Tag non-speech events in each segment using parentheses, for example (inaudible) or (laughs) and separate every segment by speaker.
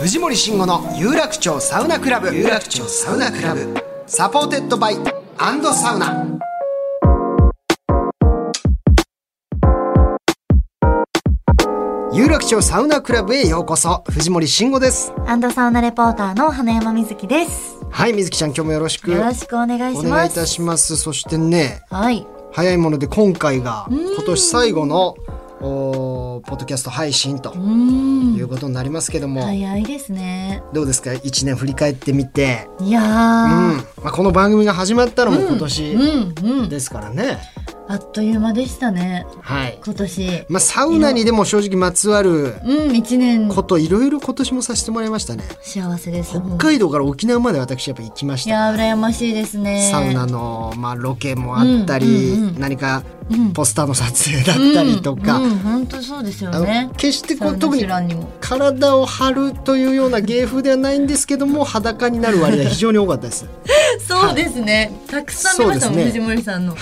Speaker 1: 藤森慎吾の有楽町サウナクラブ有楽町サウナクラブサポーテッドバイアンドサウナ有楽町サウナクラブへようこそ藤森慎吾です
Speaker 2: アンドサウナレポーターの花山みずきです。
Speaker 1: はい水木ちゃん今日もよろしく
Speaker 2: よろしくお願い
Speaker 1: お
Speaker 2: し
Speaker 1: 願
Speaker 2: ま
Speaker 1: いいた
Speaker 2: す。
Speaker 1: しますそしてね
Speaker 2: はい。
Speaker 1: 早いもので今回が今年最後のおーポッドキャスト配信と
Speaker 2: うーん。
Speaker 1: いうことになりますけども、
Speaker 2: 早いですね。
Speaker 1: どうですか一年振り返ってみて、
Speaker 2: いや
Speaker 1: うん
Speaker 2: ー。
Speaker 1: まあ、この番組が始まったのも今年
Speaker 2: うん、うん。
Speaker 1: ですからね、
Speaker 2: あっという間でしたね。
Speaker 1: はい、
Speaker 2: 今年。
Speaker 1: まあ、サウナにでも正直まつわる
Speaker 2: うん、一年
Speaker 1: こといろいろ今年もさせてもらいましたね
Speaker 2: 幸せです。
Speaker 1: 北海道から沖縄まで私やっぱ行きまし
Speaker 2: い
Speaker 1: た
Speaker 2: やー、羨ましいですね。
Speaker 1: サウナの、まあ、ロケもあったり、
Speaker 2: うんうんうん
Speaker 1: 何か
Speaker 2: うん
Speaker 1: ポスターの撮影だったりとか、
Speaker 2: うん、本当そうですよ
Speaker 1: あの
Speaker 2: ね。
Speaker 1: 決してこ
Speaker 2: サウ
Speaker 1: う
Speaker 2: ナ
Speaker 1: 特に
Speaker 2: 知らんにも
Speaker 1: 体を張るというような芸風ではないんですけども裸になる割合非常に多かったです
Speaker 2: そうですね。たくさん見ましたもん、
Speaker 1: そうですね
Speaker 2: 藤森さんの。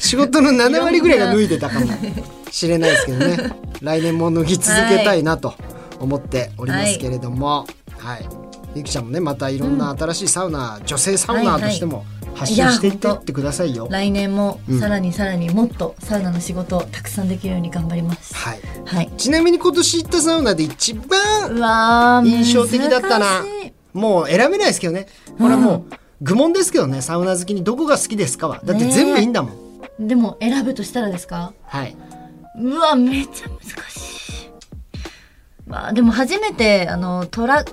Speaker 1: 仕事の7割ぐらいが脱いでたかもしれないですけどね来年も脱ぎ続けたいなと思っておりますけれどもはい、ゆきちゃんもねまたいろんな新しいサウナ、女性サウナーとしても発信していってってくださいよ。
Speaker 2: 来年も
Speaker 1: うん
Speaker 2: さらにさらにもっとサウナの仕事をたくさんできるように頑張ります。
Speaker 1: はい、
Speaker 2: はい。
Speaker 1: ちなみに今年行ったサウナで一番
Speaker 2: うわー
Speaker 1: 印象的だったな
Speaker 2: 難しい
Speaker 1: もう選べないですけどねこれはもう愚問ですけどねサウナ好きにどこが好きですかはだって全部いいんだもん。
Speaker 2: でも選ぶとしたらですか
Speaker 1: はい、
Speaker 2: うわめっちゃ難しいまあでも初めてあのトラ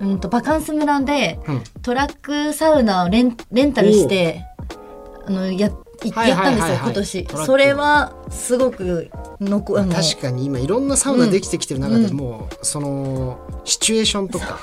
Speaker 2: うんとバカンス村で
Speaker 1: うん
Speaker 2: トラックサウナをレンレンタルしてあのやい
Speaker 1: はい
Speaker 2: やっ
Speaker 1: はいはい
Speaker 2: たんで
Speaker 1: は
Speaker 2: す
Speaker 1: い
Speaker 2: よ今年
Speaker 1: トラック
Speaker 2: それはすごく残あの
Speaker 1: 確かに今いろんなサウナできてきてる中で、
Speaker 2: うん
Speaker 1: もうそのシチュエーションとか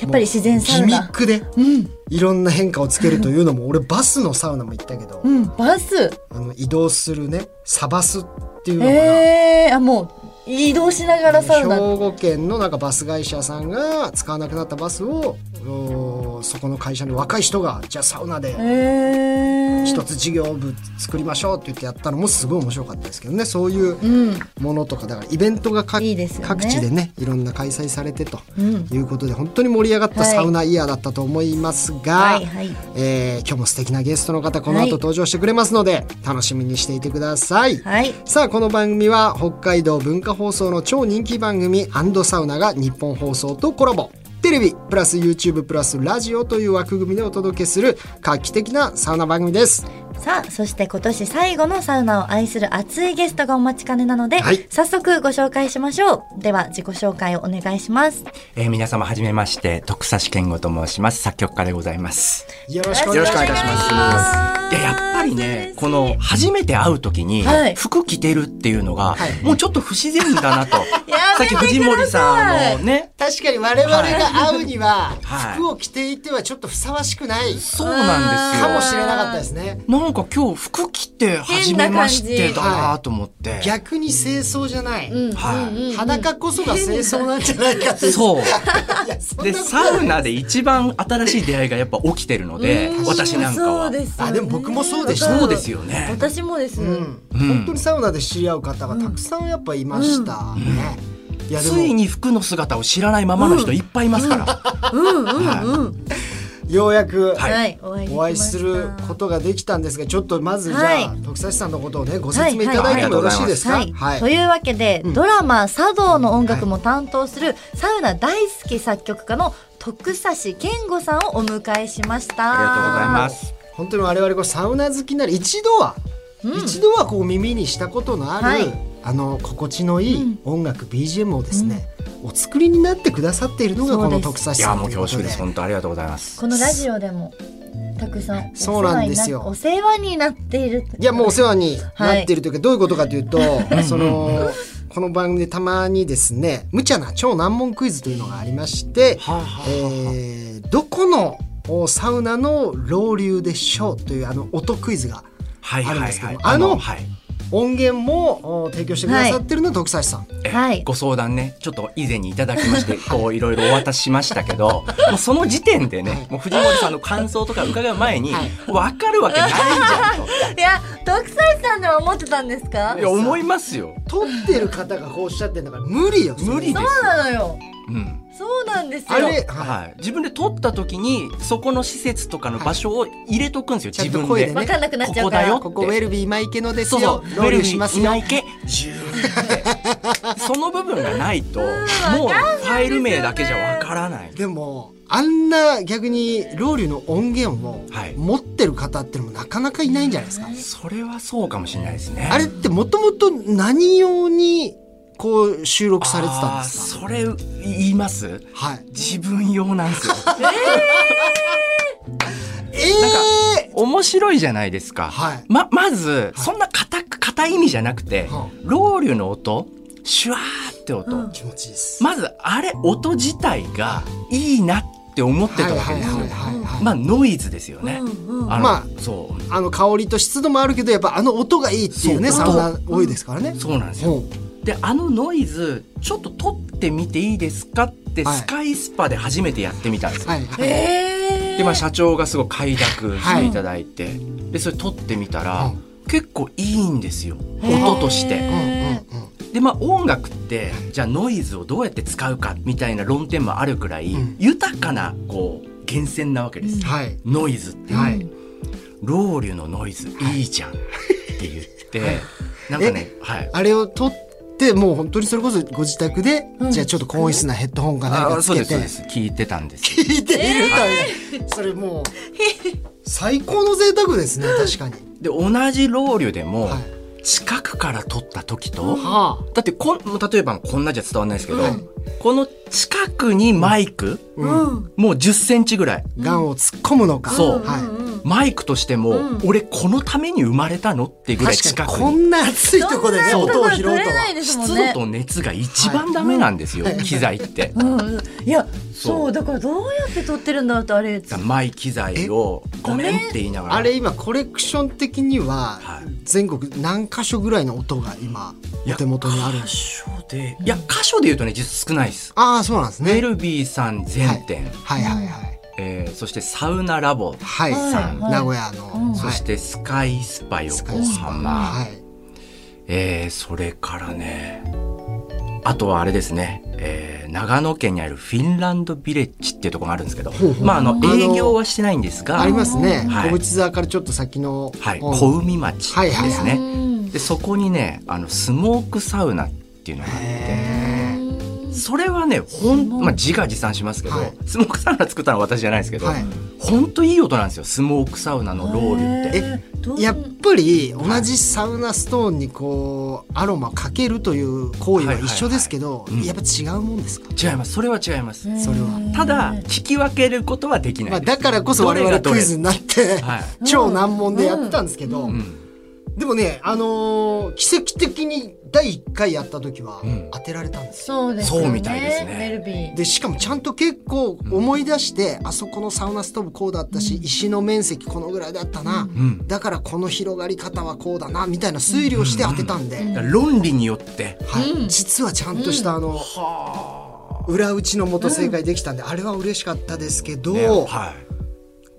Speaker 2: やっぱり自然サウ
Speaker 1: ギミッ
Speaker 2: ナ
Speaker 1: クで
Speaker 2: うん
Speaker 1: いろんな変化をつけるというのも俺バスのサウナも行ったけど、
Speaker 2: うんバス
Speaker 1: あの移動するねサバスっていうのかな、
Speaker 2: えー、あもう移動しながらサウ
Speaker 1: 兵
Speaker 2: ナ
Speaker 1: 庫県のなんかバス会社さんが使わなくなったバスをおーそこの会社の若い人がじゃあサウナで
Speaker 2: え
Speaker 1: 一
Speaker 2: ー、
Speaker 1: つ事業部作りましょうって言ってやったのもすごい面白かったですけどねそういう
Speaker 2: うん
Speaker 1: ものとかだからイベントがか
Speaker 2: いいですよね
Speaker 1: 各地でねいろんな開催されてと
Speaker 2: うん
Speaker 1: いうことで本当に盛り上がった
Speaker 2: はい
Speaker 1: サウナイヤーだったと思いますが、
Speaker 2: はいはい
Speaker 1: えー今日も素敵なゲストの方この
Speaker 2: は
Speaker 1: 後
Speaker 2: い
Speaker 1: 登場してくれますので、楽しみにしていてください。
Speaker 2: はい
Speaker 1: さあこの番組は北海道文化放送の超人気番組アンドサウナが日本放送とコラボテレビプラス YouTube プラスラジオという枠組みでお届けする画期的なサウナ番組です
Speaker 2: さあそして今年最後のサウナを愛する熱いゲストがお待ちかねなので、
Speaker 1: はい
Speaker 2: 早速ご紹介しましょうでは自己紹介をお願いします
Speaker 3: えー、皆様はじめまして徳差健吾と申します作曲家でございます
Speaker 1: よろしくお
Speaker 3: よ
Speaker 1: 願
Speaker 3: ろ
Speaker 1: い
Speaker 3: し
Speaker 1: し
Speaker 3: くお願いし
Speaker 1: ます
Speaker 3: ま
Speaker 2: ます
Speaker 3: いややっぱりねこの初めて会う時に
Speaker 2: はい
Speaker 3: 服着てるっていうのが、
Speaker 1: はい
Speaker 3: もうちょっと不自然だなと
Speaker 2: や
Speaker 3: さっき藤森さんのね
Speaker 1: 確かに我々が会うには
Speaker 3: はい
Speaker 1: 服を着ていてはちょっとふさわしくない
Speaker 3: そうなんです
Speaker 1: か
Speaker 3: よ
Speaker 1: もしれなかったですね
Speaker 3: なんか今日服着て初めまして
Speaker 2: 変な
Speaker 1: 感じ
Speaker 3: だなと思って、
Speaker 1: 逆に清掃じゃない、
Speaker 3: は
Speaker 1: 裸こそが清掃なんじゃないかってい
Speaker 3: い、
Speaker 1: う
Speaker 3: そう
Speaker 1: いやそんな
Speaker 3: でサウナで一番新しい出会いがやっぱ起きてるので私なんか
Speaker 2: そう
Speaker 3: は
Speaker 2: ですよね
Speaker 1: あでも僕もそうでした
Speaker 3: そうですよね
Speaker 2: 私もです、
Speaker 1: うん
Speaker 3: ん
Speaker 1: 本当にサウナで知り合う方がたくさんやっぱいましたね。いやで
Speaker 3: つい
Speaker 1: も
Speaker 3: に服の姿を知らないままの人いっぱいいますから、
Speaker 1: ようやく
Speaker 3: は
Speaker 2: はいい、お会いできました
Speaker 1: お会いすることができたんですがちょっとまずじ
Speaker 2: は
Speaker 1: ゃあ
Speaker 2: い
Speaker 1: 徳橋さんのことをねご説明いただいてもよろしいですか
Speaker 2: は、
Speaker 1: はいいは
Speaker 2: と
Speaker 1: い
Speaker 2: いうわけで、ドラマ「茶道」の音楽も担当するサウナ大好き作曲家の徳差健吾さんをお迎えしました
Speaker 3: ありがとうございます。
Speaker 1: 本当に我々こうサウナ好きなら一度は一度はこう耳にしたことのあ
Speaker 2: は
Speaker 1: る
Speaker 2: い
Speaker 1: あの心地のいい音楽 BGM をですねお作りになってくださっているのがこ
Speaker 2: そう
Speaker 1: の
Speaker 2: です
Speaker 1: 徳差
Speaker 3: い
Speaker 1: し
Speaker 3: や
Speaker 1: さん
Speaker 3: も
Speaker 1: と
Speaker 3: う
Speaker 1: いうこと
Speaker 3: 恐縮
Speaker 1: で
Speaker 3: です本当ありがとうございます
Speaker 2: このラジオでもたくさん
Speaker 1: そうなんですよ
Speaker 2: お世話になっている
Speaker 1: いやもうお世話に
Speaker 2: はい
Speaker 1: なっているというか、どういうことかというとそのこの番組でたまにですね無茶な超難問クイズというのがありまして、
Speaker 3: はあはあ
Speaker 1: えーどこのおサウナの老流でしょうというあの音クイズが
Speaker 3: はい
Speaker 1: あるん
Speaker 3: は
Speaker 1: で
Speaker 3: い
Speaker 1: すけど
Speaker 3: はい
Speaker 1: あの
Speaker 3: はい
Speaker 1: 音源もお提供してくださってるのは徳差しさん、
Speaker 3: え
Speaker 2: はい
Speaker 3: ご相談ねちょっと以前にいただきま
Speaker 1: (laughs)
Speaker 3: してこういろいろお渡ししましたけどもうその時点でねもう藤森さんの感想とか伺う前に
Speaker 1: はい
Speaker 3: 分かるわけない
Speaker 1: (laughs)
Speaker 3: じゃんと
Speaker 2: いや独裁さんでは思ってたんですか
Speaker 3: いや思いますよ
Speaker 1: 撮ってる方がこうおっしゃってるんだから無理よ
Speaker 3: 無理
Speaker 1: だ
Speaker 3: です
Speaker 2: そうなのよ
Speaker 3: うん
Speaker 2: そうなんですよ
Speaker 1: あれ、はい
Speaker 3: はい、自分で撮った時にそこの施設とかの場所を入れとくんですよ、
Speaker 1: ちゃんと
Speaker 3: 自分
Speaker 1: 声
Speaker 3: で
Speaker 1: でね
Speaker 2: わかんなくなっちゃうから
Speaker 3: ここだよ
Speaker 1: ここウェルビー今池野です
Speaker 3: そうそ
Speaker 1: よ
Speaker 3: う
Speaker 1: ロ
Speaker 3: ウェ
Speaker 1: ウリ
Speaker 3: ル
Speaker 1: ュ
Speaker 3: ビ
Speaker 1: します
Speaker 3: ー
Speaker 1: よ
Speaker 3: ないけジューってその部分がないともうファイル名だけじゃわからない
Speaker 1: でもあんな逆にロウリュの音源を
Speaker 3: はい
Speaker 1: 持ってる方ってのもなかなかいないんじゃないですか、
Speaker 3: それはそうかもしれないですね
Speaker 1: あれってもともと何用にこう収録されてたんですか
Speaker 3: あーそれ言います
Speaker 1: はい
Speaker 3: 自分用なんですよ
Speaker 1: ええ
Speaker 3: (laughs) 面白いじゃないですか、
Speaker 1: はい
Speaker 3: ままずそんな硬く硬い意味じゃなくて、
Speaker 1: は
Speaker 3: ロウリュの音シュワーって音、
Speaker 2: うん
Speaker 1: 気持ちいいです
Speaker 3: まずあれ音自体がいいなって思ってたわけですよ、
Speaker 1: はいはいはいはい
Speaker 3: まあノイズですよね、
Speaker 2: うんうん
Speaker 3: あの、
Speaker 1: ま
Speaker 3: そ
Speaker 1: あの香りと湿度もあるけどやっぱあの音がいいっていうね
Speaker 3: そ
Speaker 1: サ
Speaker 3: う
Speaker 1: ウナ多いですからね
Speaker 3: うそうなんですよ
Speaker 1: ほ
Speaker 3: であのノイズちょっと撮ってみていいですかって
Speaker 1: はい
Speaker 3: スカイスパで初めてやってみたんです
Speaker 1: う
Speaker 3: よ、
Speaker 1: はいはい
Speaker 2: えー
Speaker 3: でまあ社長がすごい快諾していただいて、でそれ撮ってみたら、
Speaker 1: う
Speaker 3: 結構いいんですよ音とし
Speaker 2: へ
Speaker 3: て
Speaker 1: うんうん
Speaker 2: ー
Speaker 1: うん
Speaker 3: でまあ音楽ってじゃあノイズをどうやって使うかみたいな論点もあるくらい、
Speaker 1: うん
Speaker 3: 豊かなこう源泉なわけです、
Speaker 1: はい
Speaker 3: ノイズって、
Speaker 1: は
Speaker 3: はいい、ロウリュのノイズいいじゃんって言って、なんかね、はい、
Speaker 1: あれを撮ってもう本当にそれこそご自宅で、
Speaker 2: うん
Speaker 1: じゃあちょっと高音質なヘッドホンか何
Speaker 3: あ
Speaker 1: かつ
Speaker 3: そう
Speaker 1: け
Speaker 3: です
Speaker 1: て
Speaker 3: そうです聞いてたんですよ。
Speaker 1: 聞いているという、それもう最高の贅沢ですね確かに。
Speaker 3: で同じロウリュでも、
Speaker 1: はい
Speaker 3: 近くから撮った時と、
Speaker 1: はあ
Speaker 3: だってこん例えばこんなじゃ伝わんないですけど、
Speaker 1: はい
Speaker 3: この近くにマイク、
Speaker 2: うん
Speaker 3: もう10センチぐらい。
Speaker 1: ガンを突っ込むのか。
Speaker 3: そう
Speaker 2: うん
Speaker 1: はい。
Speaker 2: うんうん
Speaker 3: マイクとしても、
Speaker 2: うん
Speaker 3: 俺このために生まれたのってぐらい
Speaker 1: 確
Speaker 3: 近
Speaker 1: か
Speaker 3: く
Speaker 1: にこ
Speaker 3: に
Speaker 1: んな暑いとこでね
Speaker 2: そんな
Speaker 1: 音を拾うと
Speaker 2: 取れない
Speaker 1: は。
Speaker 2: ですも
Speaker 3: 湿
Speaker 2: んね
Speaker 3: 度と熱が一番ダメなんですよ、機材って。
Speaker 2: うんうんいや
Speaker 3: そう
Speaker 2: そうだからどうやって撮ってるんだろうってあれ
Speaker 3: だからマイ機材をごめんって言いながら。
Speaker 1: あれ今コレクション的には
Speaker 3: はい
Speaker 1: 全国何箇所ぐらいの音が今
Speaker 3: い
Speaker 1: お
Speaker 3: や
Speaker 1: 手元にあるんで
Speaker 3: 箇
Speaker 1: す
Speaker 3: 所でいや箇所で言うとね実は少ないです。
Speaker 1: ああそうなんです
Speaker 3: ウェ
Speaker 1: ね。
Speaker 3: ルビーさん全店、
Speaker 1: はいはいはい
Speaker 3: えーそしてサウナラボ、
Speaker 1: はい。
Speaker 2: はい
Speaker 1: さん
Speaker 2: はい
Speaker 1: 名古屋の、
Speaker 2: うん
Speaker 3: そしてスカイスパ
Speaker 1: ス
Speaker 3: 横
Speaker 1: カイスパ
Speaker 3: 浜、
Speaker 1: はい。
Speaker 3: えーそれからねあとはあれですね、えー長野県にあるフィンランドビレッジっていうところがあるんですけど、
Speaker 1: ほうほう
Speaker 3: まあ、あの
Speaker 1: の
Speaker 3: 営業はしてないんですが
Speaker 1: ありますね。
Speaker 3: はい
Speaker 1: 小淵沢からちょっと先の、
Speaker 3: はい、
Speaker 1: うん
Speaker 3: 小海町
Speaker 1: はい
Speaker 3: で
Speaker 1: はい
Speaker 3: すね、でそこにねあのスモークサウナっていうのがあって。それはねほん、まあ、自画自賛しますけど、
Speaker 1: はい
Speaker 3: スモークサウナ作ったのは私じゃないですけど、
Speaker 1: はい
Speaker 3: ほんといい音なんですよスモークサウナのロールって。
Speaker 2: って
Speaker 1: やっぱり同じサウナストーンにこうアロマをかけるという行為は一緒ですけど、
Speaker 3: いはいはいうん
Speaker 1: やっぱ違うもんですか、
Speaker 3: 違いますそれは違います。
Speaker 1: それは
Speaker 3: ただ聞き分けることはできな
Speaker 1: まあ、
Speaker 3: いです。
Speaker 1: だからこそ我々クイズになって、
Speaker 3: はい
Speaker 1: 超難問でやってたんですけど、
Speaker 3: うん、
Speaker 1: でもね、あのー奇跡的に第1回やった時は
Speaker 3: うん
Speaker 1: 当てられたんですよ、
Speaker 2: そうですよね
Speaker 3: そうみたいですね
Speaker 2: メルビー
Speaker 1: でしかもちゃんと結構思い出して、あそこのサウナストーブこうだったし、石の面積このぐらいだったな、
Speaker 3: ん
Speaker 1: だからこの広がり方はこうだなみたいな推理をして当てたんで、
Speaker 3: だから論理によって
Speaker 1: はい
Speaker 2: うん
Speaker 1: 実はちゃんとしたあの、裏打ちの元正解できたんで、あれは嬉しかったですけど、
Speaker 3: ねは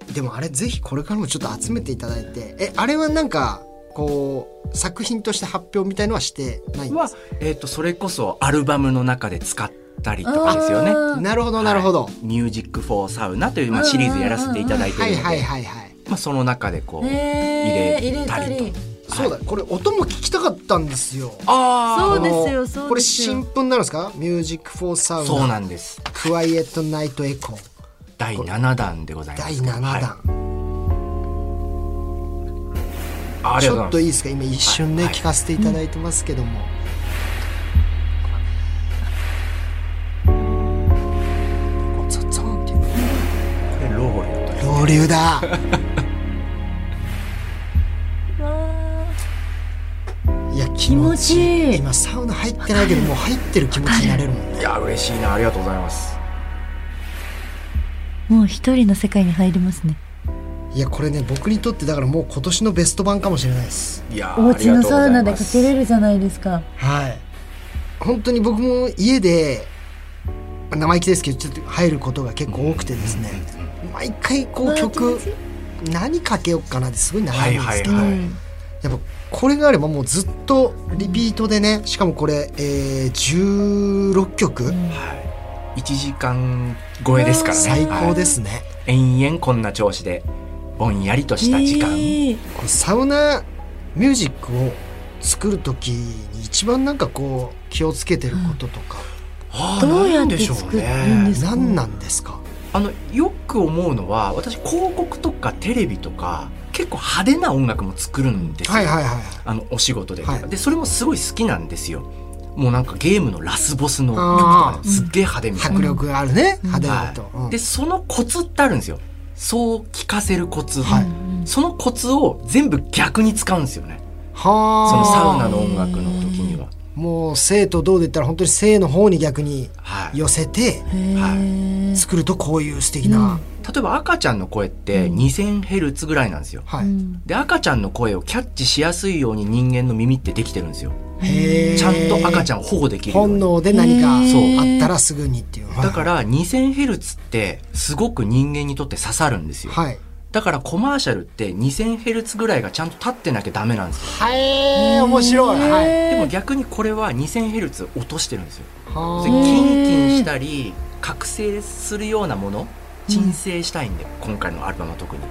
Speaker 3: い、
Speaker 1: でもあれぜひこれからもちょっと集めていただいてえあれはなんかこう作品として発表みたいのはしてないんで
Speaker 3: は
Speaker 1: す、
Speaker 3: えー、とそれこそアルバムの中で使ったりとかですよね。
Speaker 2: あー
Speaker 1: なるほどなるほど、
Speaker 3: はいミュージックフォーサウナという、まあ、シリーズやらせていただいて
Speaker 1: は
Speaker 3: る
Speaker 1: い、
Speaker 3: ので、
Speaker 1: はいはいはい
Speaker 3: まあ、その中でこう、
Speaker 2: えー
Speaker 3: 入れたりと
Speaker 2: 入れ
Speaker 1: そうだこれ音も聞きたかったんですよ
Speaker 3: あ
Speaker 2: そうですよ
Speaker 1: あの
Speaker 2: そうですよ
Speaker 1: これ新譜になるんですか「ミュージック・フォー・サウナ」
Speaker 3: そうなんです。
Speaker 1: クワイエット・ナイト・エコー」
Speaker 3: 第7弾でございま
Speaker 1: 第
Speaker 3: す。
Speaker 1: 7弾、
Speaker 3: はいあり
Speaker 1: ちょ
Speaker 3: がとう
Speaker 1: っ
Speaker 3: ござ
Speaker 1: と
Speaker 3: い
Speaker 1: いい
Speaker 3: ま
Speaker 1: ですか今一瞬ね、
Speaker 3: はい
Speaker 1: 聞かせていただいてますけども、恐竜だいや気持ちいい
Speaker 2: 気持ちいい
Speaker 1: 今サウナ入ってないけどもう入ってる気持ちになれるもんね
Speaker 3: いや嬉しいなありがとうございます
Speaker 2: もう一人の世界に入りますね
Speaker 1: いやこれね僕にとってだからもう今年のベスト版かもしれないです
Speaker 3: いや
Speaker 2: お家のサウナでかけれ
Speaker 3: る
Speaker 2: るじゃないですか
Speaker 1: はい本当に僕も家でまあ生意気ですけどちょっと入ることが結構多くてですね毎回こう
Speaker 2: わあ
Speaker 1: 曲
Speaker 2: 気持ちいい
Speaker 1: 何かけようかなってすごい悩むんですけど、
Speaker 3: はいはいはい
Speaker 1: やっぱこれがあればもうずっとリピートでねしかもこれ、えー、16曲、
Speaker 3: はい1時間超えですからね、
Speaker 1: 最高ですすね、
Speaker 3: はい延々こんな調子でぼんやりとした時間、
Speaker 2: ええ
Speaker 1: こうサウナミュージックを作る時に一番なんかこう気をつけてることとか、
Speaker 3: ああ
Speaker 2: どうや
Speaker 3: な
Speaker 2: っ
Speaker 3: んで
Speaker 2: て
Speaker 3: しょ
Speaker 2: 作
Speaker 3: う
Speaker 2: るんで
Speaker 3: ね
Speaker 2: すか
Speaker 1: 何なんですか
Speaker 3: あのよく思うのは私広告とかテレビとか結構派手な音楽も作るんですよ、
Speaker 1: はいはいはい
Speaker 3: あのお仕事で,、
Speaker 1: はい
Speaker 3: でそれもすごい好きなんですよもうなんかゲームのラスボスの曲と
Speaker 1: あ
Speaker 3: か
Speaker 1: ー
Speaker 3: ねすっげえ派手みたいな
Speaker 1: 迫力があるね、
Speaker 2: うん
Speaker 1: 派手だと、
Speaker 3: はい、
Speaker 1: うん
Speaker 3: でそのコツってあるんですよそう聞かせるコツ、
Speaker 1: はい
Speaker 2: うん
Speaker 3: そのコツを全部逆に使うんですよね
Speaker 1: はあ
Speaker 3: そのサウナの音楽の時には
Speaker 1: もう生とどうで言ったら本当に生の方に逆に
Speaker 3: はい
Speaker 1: 寄せて
Speaker 2: へえ
Speaker 3: は
Speaker 1: 作るとこういう素敵な、
Speaker 3: 例えば赤ちゃんの声って
Speaker 2: うん
Speaker 3: 2000Hz ぐらいなんですよ
Speaker 1: は
Speaker 2: う
Speaker 1: い、
Speaker 2: ん
Speaker 3: で赤ちゃんの声をキャッチしやすいように人間の耳ってできてるんですよ
Speaker 1: へえ
Speaker 3: ちゃんと赤ちゃんを保護できるよう
Speaker 1: 本
Speaker 3: に
Speaker 1: 能で何か
Speaker 3: そう
Speaker 1: あったらすぐにっていう
Speaker 3: だから2000ヘルツってすごく人間にとって刺さるんですよ。
Speaker 1: はい
Speaker 3: だからコマーシャルって2000ヘルツぐらいがちゃんと立ってなきゃダメなんですよ。
Speaker 1: はい、面白いはい
Speaker 3: でも逆にこれは2000ヘルツ落としてるんですよ。
Speaker 1: は
Speaker 3: で
Speaker 1: あ
Speaker 3: キンキンしたり覚醒するようなもの鎮静したいんで、今回のアルバムは特に。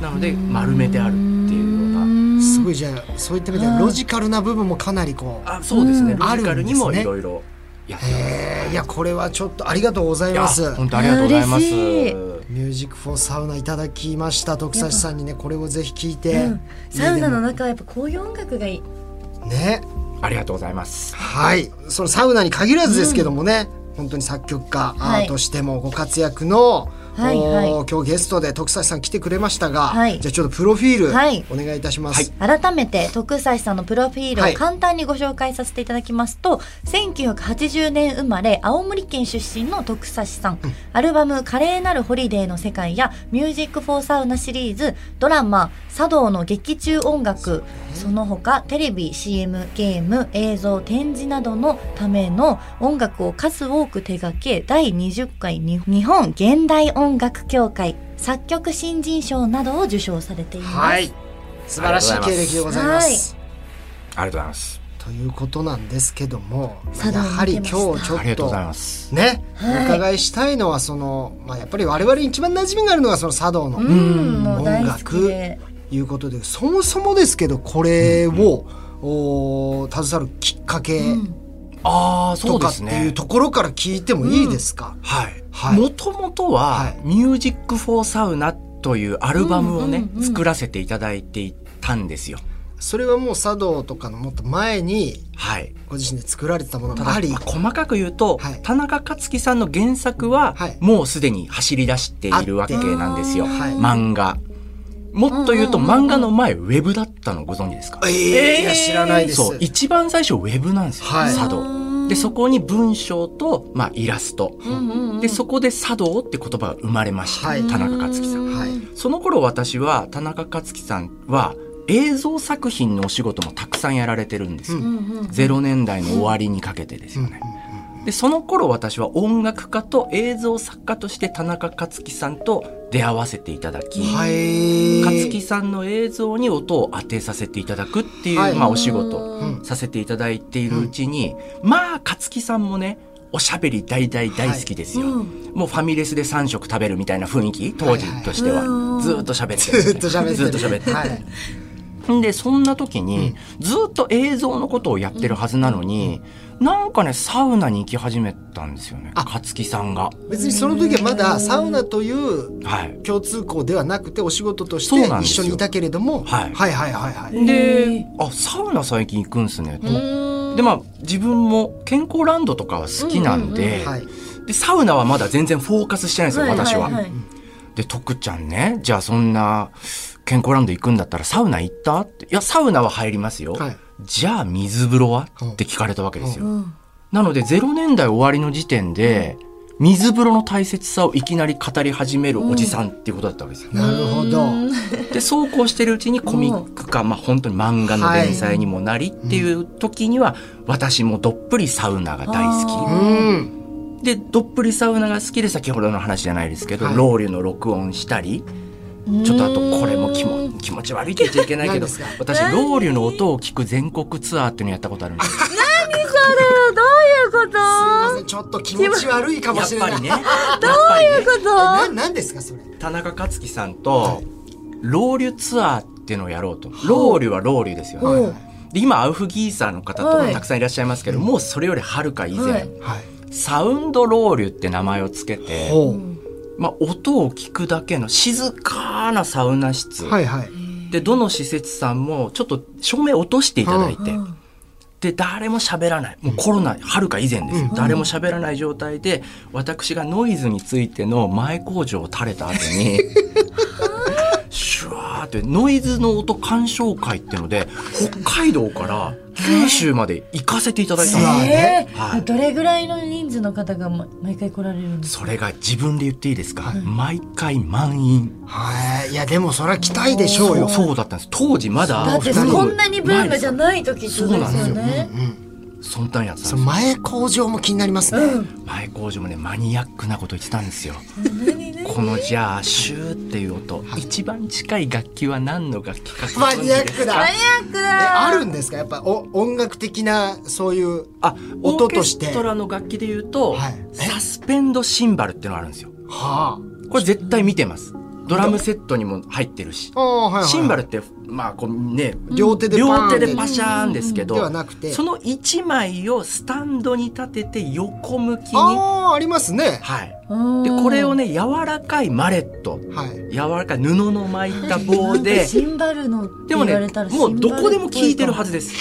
Speaker 3: なので丸めてあるっていうような。
Speaker 1: すごいじゃあそういった意味ではロジカルな部分もかなりこう
Speaker 3: あそうですね、
Speaker 2: うん
Speaker 3: ロジカルにも
Speaker 1: あるんですね
Speaker 3: いろいろやってます。
Speaker 1: へえいやこれはちょっとありがとうござい
Speaker 3: いや
Speaker 1: ます
Speaker 3: 本当ありがとうございます。
Speaker 2: 嬉しい
Speaker 1: ミュージックフォーサウナいただきました徳橋さんにねこれをぜひ聞いて、
Speaker 2: うんサウナの
Speaker 1: 家
Speaker 2: 中はやっぱこういう音楽がいい
Speaker 1: でもね
Speaker 3: ありがとうございます。
Speaker 1: はいそのサウナに限らずですけどもね、本当に作曲家
Speaker 2: はい
Speaker 1: あーとしてもご活躍の、
Speaker 2: はい
Speaker 1: おー
Speaker 2: は
Speaker 1: 今日ゲストで徳橋さん来てくれましたが、
Speaker 2: はい
Speaker 1: じゃあちょっとプロフィ
Speaker 2: はい
Speaker 1: ールお願いいたします。
Speaker 2: 改めて徳斎さんのプロフィール
Speaker 1: は
Speaker 2: を
Speaker 1: い
Speaker 2: 簡単にご紹介させていただきますと、1980年生まれ青森県出身の徳斎さん、アルバム「華麗なるホリデーの世界」や「ミュージック・フォー・サウナ」シリーズドラマ「茶道の劇中音楽」その他テレビ CM ゲーム映像展示などのための音楽を数多く手掛け第20回日本現代音楽協会作曲新人賞などを受賞されています。
Speaker 1: はい素晴らしい経歴でございます。
Speaker 3: ありがとうございます。
Speaker 1: ということなんですけども、まあ
Speaker 2: 茶道
Speaker 1: やはり今日ちょ
Speaker 3: あり
Speaker 1: っ
Speaker 3: がとう
Speaker 1: と
Speaker 3: ございます。
Speaker 1: ね、
Speaker 2: はい
Speaker 1: お伺いしたいのはその、まあ、やっぱり我々に一番馴染みがあるのがその茶道の、
Speaker 2: う
Speaker 1: と
Speaker 2: ん、もう大好きで。
Speaker 1: いうことでそもそもですけどこれを、おー携わるきっかけ
Speaker 3: ああそ
Speaker 1: と
Speaker 3: うで
Speaker 1: かって
Speaker 3: す
Speaker 1: いう
Speaker 3: ね。
Speaker 1: ところから聞いてもいいですか、
Speaker 3: はい
Speaker 1: はい
Speaker 3: もともと
Speaker 1: は
Speaker 3: はい「ミュージック・フォー・サウナ」というアルバムをね、
Speaker 2: うんうんうん
Speaker 3: 作らせていただいていたんですよ。
Speaker 1: それはもう茶道とかのもっと前に
Speaker 3: はい、
Speaker 1: ご自身で作られてたもの
Speaker 3: た
Speaker 1: が
Speaker 3: だ
Speaker 1: あり
Speaker 3: まあ細かく言うと、
Speaker 1: はい
Speaker 3: 田中克樹さんの原作は、
Speaker 1: はい
Speaker 3: もうすでに走り出しているわけなんですよ、
Speaker 1: あってはい
Speaker 3: 漫画。もっと言うと、
Speaker 2: うんうんうんうん
Speaker 3: 漫画の前ウェブだったのご存知ですか
Speaker 1: えーいや知らないです
Speaker 3: そう一番最初ウェブなんですよ、
Speaker 1: はい
Speaker 3: 茶道。でそ
Speaker 2: こ、
Speaker 3: こに文章と、まあ、イラスト、
Speaker 2: うんうんうん
Speaker 3: でそこで茶道って言葉が生まれました、
Speaker 1: はい
Speaker 3: 田中克樹さん。
Speaker 1: はい
Speaker 3: その頃私は田中克樹さんは映像作品のお仕事もたくさんやられてるんですよ。
Speaker 1: う
Speaker 2: うんうん
Speaker 3: ゼロ年代の終わりにかけてですよね。でその頃私は音楽家と映像作家として田中克樹さんと出会わせていただき、
Speaker 1: はい
Speaker 3: 克樹さんの映像に音を当てさせていただくっていう、
Speaker 1: はい
Speaker 3: まあ、お仕事
Speaker 1: うん
Speaker 3: させていただいているうちに、まあ克樹さんもねおしゃべり大大大好きですよ、
Speaker 2: うん
Speaker 3: もうファミレスで3食食べるみたいな雰囲気当時としては、
Speaker 2: はいはい
Speaker 3: ずーっと喋ってる
Speaker 1: ずっと喋ってる
Speaker 3: ずーっと喋ってる
Speaker 1: はい
Speaker 3: でそんな時に、ずーっと映像のことをやってるはずなのに、なんかねサウナに行き始めたんですよね
Speaker 1: あ
Speaker 3: 勝木さんが。
Speaker 1: 別にその時はまだサウナという
Speaker 3: はい
Speaker 1: 共通項ではなくてお仕事とし
Speaker 3: そう
Speaker 1: て
Speaker 3: な
Speaker 1: 一
Speaker 3: んです
Speaker 1: 緒
Speaker 3: よ
Speaker 1: にいたけれども、
Speaker 3: はい
Speaker 1: はいはいはいはい
Speaker 3: であサウナ最近行くんすねと。でまあ自分も健康ランドとかは好きなんで,、
Speaker 1: はい
Speaker 3: でサウナはまだ全然フォーカスしてないんですよ、
Speaker 2: はい
Speaker 3: 私は。
Speaker 2: はいはい
Speaker 3: で徳ちゃんねじゃあそんな健康ランド行くんだったらサウナ行ったっていやサウナは入りますよ、
Speaker 1: はい
Speaker 3: じゃあ水風呂はって聞かれたわけですよ、なので0年代終わりの時点で水風呂の大切さをいきなり語り始めるおじさんっていうことだったわけですよ、
Speaker 1: なるほど。
Speaker 3: でそうこうしてるうちにコミックか、まあ、本当に漫画の連載にもなりっていう時には、私もどっぷりサウナが大好
Speaker 1: うん。
Speaker 3: きでどっぷりサウナが好きで先ほどの話じゃないですけど、
Speaker 1: はい
Speaker 3: ロウリュの録音したりちょっとあとこれも気も気持ち悪いって言っちゃいけないけ
Speaker 1: 何
Speaker 3: ど
Speaker 1: ですか
Speaker 3: 私ロウリュの音を聞く全国ツアーっていうのやったことあるんですよ。
Speaker 2: どういうこと
Speaker 1: ちょっと気持ち悪いかも
Speaker 3: やっ
Speaker 1: しれ
Speaker 3: ぱ
Speaker 1: ない。
Speaker 3: りねやっ
Speaker 1: (laughs)
Speaker 3: ぱりね
Speaker 1: ななんですかそれ。
Speaker 3: 田中克樹さん
Speaker 1: は
Speaker 3: と
Speaker 1: い
Speaker 3: ロウリュツアーっていうのをやろうとロウリュはロウリュですよね。
Speaker 1: はい
Speaker 3: で今アウフギーサーの方と
Speaker 2: は
Speaker 3: か
Speaker 2: い
Speaker 3: たくさんいらっしゃいますけど、もうそれよりはるか以前、
Speaker 2: は
Speaker 1: は
Speaker 2: い
Speaker 1: い。
Speaker 3: サウンドローリュって名前をつけて、
Speaker 1: ほ
Speaker 3: まあ、音を聞くだけの静かなサウナ室、
Speaker 1: う。はいはい。
Speaker 3: でどの施設さんもちょっと照明落としていただいて、
Speaker 2: うん
Speaker 3: で誰も喋らないもうコロナはるか以前です、
Speaker 1: うん
Speaker 3: 誰も喋らない状態で私がノイズについての前工場を垂れた後にシュワーってノイズの音鑑賞会っていうので北海道から九州まで行かせていただいたんですよ。
Speaker 2: えー
Speaker 3: はい
Speaker 2: どれぐらいの人数の方がま毎回来られるんですか
Speaker 3: それが自分で言っていいですか、毎回満員
Speaker 1: はい。いやでもそれは期待でしょうよ。
Speaker 3: そうだったんです当時まだ
Speaker 2: だって
Speaker 1: そう
Speaker 2: こんなにブームじゃない時ってことですよ
Speaker 3: そうなん
Speaker 1: う
Speaker 2: ね
Speaker 1: ん。
Speaker 3: そんなんやつ
Speaker 1: その前工場も気になりますね。
Speaker 3: 前工場もねマニアックなこと言ってたんですよ
Speaker 2: 何々
Speaker 3: このじゃあシューっていう音一番近い楽器は何の楽器かご
Speaker 1: マ
Speaker 3: 存知
Speaker 1: ニア
Speaker 3: で
Speaker 1: ッ
Speaker 3: す
Speaker 1: クだ。
Speaker 3: か
Speaker 2: 早く
Speaker 1: え
Speaker 2: だ
Speaker 1: あるんですかやっぱお音楽的なそういう
Speaker 3: あ
Speaker 1: 音として
Speaker 3: オーケストラの楽器で言うと、
Speaker 1: はい
Speaker 3: サスペンドシンバルってのがあるんですよ
Speaker 1: は
Speaker 3: これ絶対見てますドラムセットにも入ってるし
Speaker 1: あ。あはいはい、
Speaker 3: シンバルってまあこうね
Speaker 1: 両手でパーン
Speaker 3: 両
Speaker 1: って
Speaker 3: 手でパシャーンですけど、
Speaker 1: ではなくて
Speaker 3: その1枚をスタンドに立てて横向きに、
Speaker 1: あ
Speaker 3: は
Speaker 1: あありますね。
Speaker 3: い、
Speaker 2: うん
Speaker 3: でこれをね柔らかいマレット
Speaker 1: はい。
Speaker 3: 柔らかい布の巻いた
Speaker 2: な
Speaker 3: 棒
Speaker 2: ん (laughs) か
Speaker 3: で
Speaker 2: シンバルのって
Speaker 3: で
Speaker 2: 言
Speaker 3: も
Speaker 2: わ
Speaker 3: ね
Speaker 2: れたら
Speaker 3: もうどこでも聞いてるは
Speaker 2: ず
Speaker 3: ずです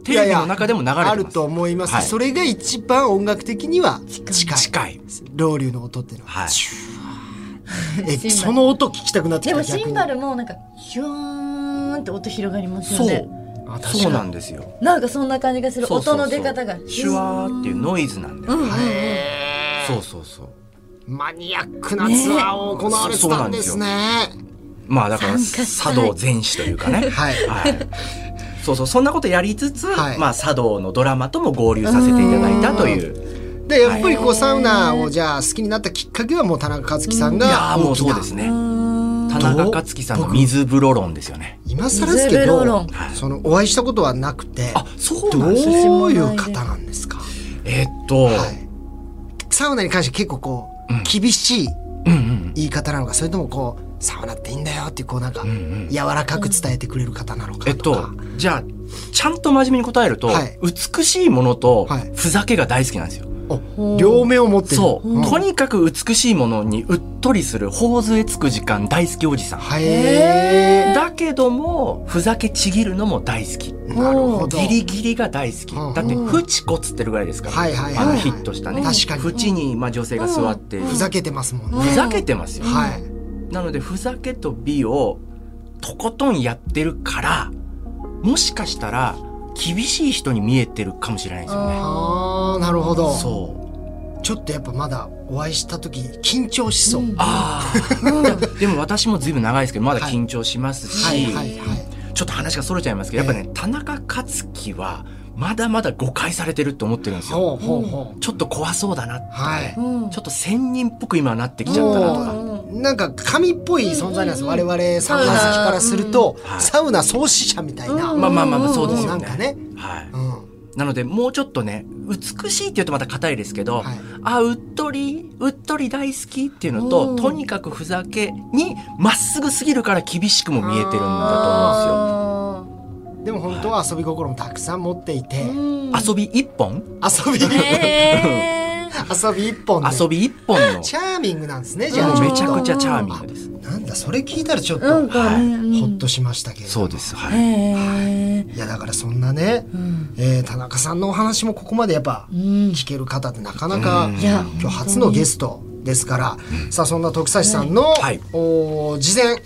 Speaker 1: い
Speaker 3: テ
Speaker 1: や
Speaker 3: レ
Speaker 1: い
Speaker 3: ビ
Speaker 1: や
Speaker 3: の中でも流れてます
Speaker 1: あると思います、
Speaker 3: はい
Speaker 1: それが一番音楽的には近い
Speaker 3: 近い
Speaker 1: ロウリュの音っていうのは、
Speaker 3: はい
Speaker 1: シューえ
Speaker 2: シンバル
Speaker 1: その音聞きたくなってき
Speaker 2: で
Speaker 1: た
Speaker 2: もシンバ
Speaker 1: ル
Speaker 2: ルもなんかヒューンって音広がりますよ
Speaker 3: そ
Speaker 2: ね
Speaker 3: う
Speaker 1: あ確
Speaker 3: そう
Speaker 1: か
Speaker 3: なんですよ
Speaker 2: なんかそんな感じがする
Speaker 3: そうそう
Speaker 2: 音
Speaker 3: そう
Speaker 2: の出方が
Speaker 3: シュワーっていうノイズなんだよ、
Speaker 2: うんうんうん
Speaker 3: そうそうそう
Speaker 1: マニアックなツアーを行われてたんですね
Speaker 3: まあだから
Speaker 2: 参加した
Speaker 3: 茶
Speaker 2: い
Speaker 3: 道全史というかね
Speaker 1: はい
Speaker 3: はい、そうそうそんなことやりつつ、
Speaker 1: はい
Speaker 3: まあ、茶道のドラマとも合流させていただいたという
Speaker 1: でやっぱりこうサウナをじゃあ好きになったきっかけはもう田中克樹さん
Speaker 3: いや
Speaker 1: が
Speaker 3: ーも
Speaker 1: 大
Speaker 3: う
Speaker 1: き
Speaker 3: そう
Speaker 1: な
Speaker 3: ですね田中克樹さんの水風呂論ですよね
Speaker 1: 今更ですけ
Speaker 2: 水風呂
Speaker 1: ど
Speaker 2: 論
Speaker 1: そのお会いしたことはなくて
Speaker 3: あそう
Speaker 1: ど
Speaker 3: なんですね
Speaker 1: ういう方なんですか
Speaker 3: えーっと、
Speaker 1: はいサウナに関して結構こう、厳しい
Speaker 3: うんうん
Speaker 1: 言い方なのかそれともこうサウナっていいんだよっていうこうなんか
Speaker 3: ん
Speaker 1: 柔らかく伝えてくれる方なの
Speaker 3: え
Speaker 1: か
Speaker 3: っ
Speaker 1: と
Speaker 3: と
Speaker 1: か、
Speaker 3: じゃあちゃんと真面目に答えると、
Speaker 1: はい
Speaker 3: 美しいものと
Speaker 1: はい
Speaker 3: ふざけが大好きなんですよ、
Speaker 1: お両目を持ってる
Speaker 3: そう、
Speaker 1: ん
Speaker 3: とにかく美しいものにうっとりする頬杖つく時間大好きおじさん
Speaker 1: はえ
Speaker 3: だけどもふざけちぎるのも大好き
Speaker 1: ー、なるほど
Speaker 3: ギリギリが大好き。
Speaker 1: うん
Speaker 3: だって、フチコっつってるぐらいですから。
Speaker 1: はいはいはい
Speaker 3: あのヒットしたね。
Speaker 1: 確かに
Speaker 3: フチに、まあ、女性が座って、
Speaker 1: ふ
Speaker 3: ふざ
Speaker 1: ざけてますもんね、
Speaker 3: ふざけてますよ。
Speaker 1: はい
Speaker 3: なので、ふざけと美を、とことんやってるから、もしかしたら、厳しい人に見えてるかもしれないですよね。
Speaker 1: あーなるほど
Speaker 3: そう。
Speaker 1: ちょっとやっぱまだお会いした時緊張しそう、
Speaker 3: ああ。でも私もずいぶん長いですけど、まだ緊張しますし、
Speaker 1: はいはいはい
Speaker 3: ちょっと話が逸れちゃいますけど、やっぱね、田中克樹は、まだまだ誤解されてるって思ってるんですよ。
Speaker 1: ほうほうほう
Speaker 3: ちょっと怖そうだなって。
Speaker 1: はい
Speaker 2: うん
Speaker 3: ちょっと仙人っぽく今なってきちゃったなとか。
Speaker 1: もうなんか神っぽい存在なんです、我々サウナ好きからすると、
Speaker 3: はい
Speaker 1: サウナ創始者みたいな、
Speaker 3: まあまあまあまあそうです
Speaker 1: もうな
Speaker 3: よ
Speaker 1: ん
Speaker 3: ね。
Speaker 1: かね、
Speaker 3: はい。
Speaker 1: うん、
Speaker 3: なのでもうちょっとね、美しいって言うとまた硬いですけ
Speaker 1: は
Speaker 3: ど、
Speaker 1: い
Speaker 3: あ、うっとり、うっとり大好きっていうのと、とにかくふざけにまっすぐすぎるから厳しくも見えてるんだと思
Speaker 1: でも本当は遊び心もたくさん持っていて、遊
Speaker 3: うんですよ。遊び一本
Speaker 1: び、
Speaker 2: え
Speaker 1: (laughs)
Speaker 2: ー
Speaker 1: 遊び一本で
Speaker 3: 遊び一本
Speaker 1: (laughs)
Speaker 3: の。
Speaker 1: チャーミングなんですねじゃあ
Speaker 3: もう
Speaker 1: ちょっ
Speaker 3: め
Speaker 1: と
Speaker 3: ちゃくちゃチャーミングです。
Speaker 1: なんだそれ聞いたらちょっと、
Speaker 2: なんかね
Speaker 3: は
Speaker 2: うん
Speaker 1: ほっとしましたけれど
Speaker 3: そうです。はい。
Speaker 2: へー
Speaker 1: いやだからそんなね、えー田中さんのお話もここまでやっぱ聞ける方ってなかなか、
Speaker 2: いや
Speaker 1: 今日初のゲストですから、さあそんな徳橋さんの、
Speaker 3: はい
Speaker 1: お事前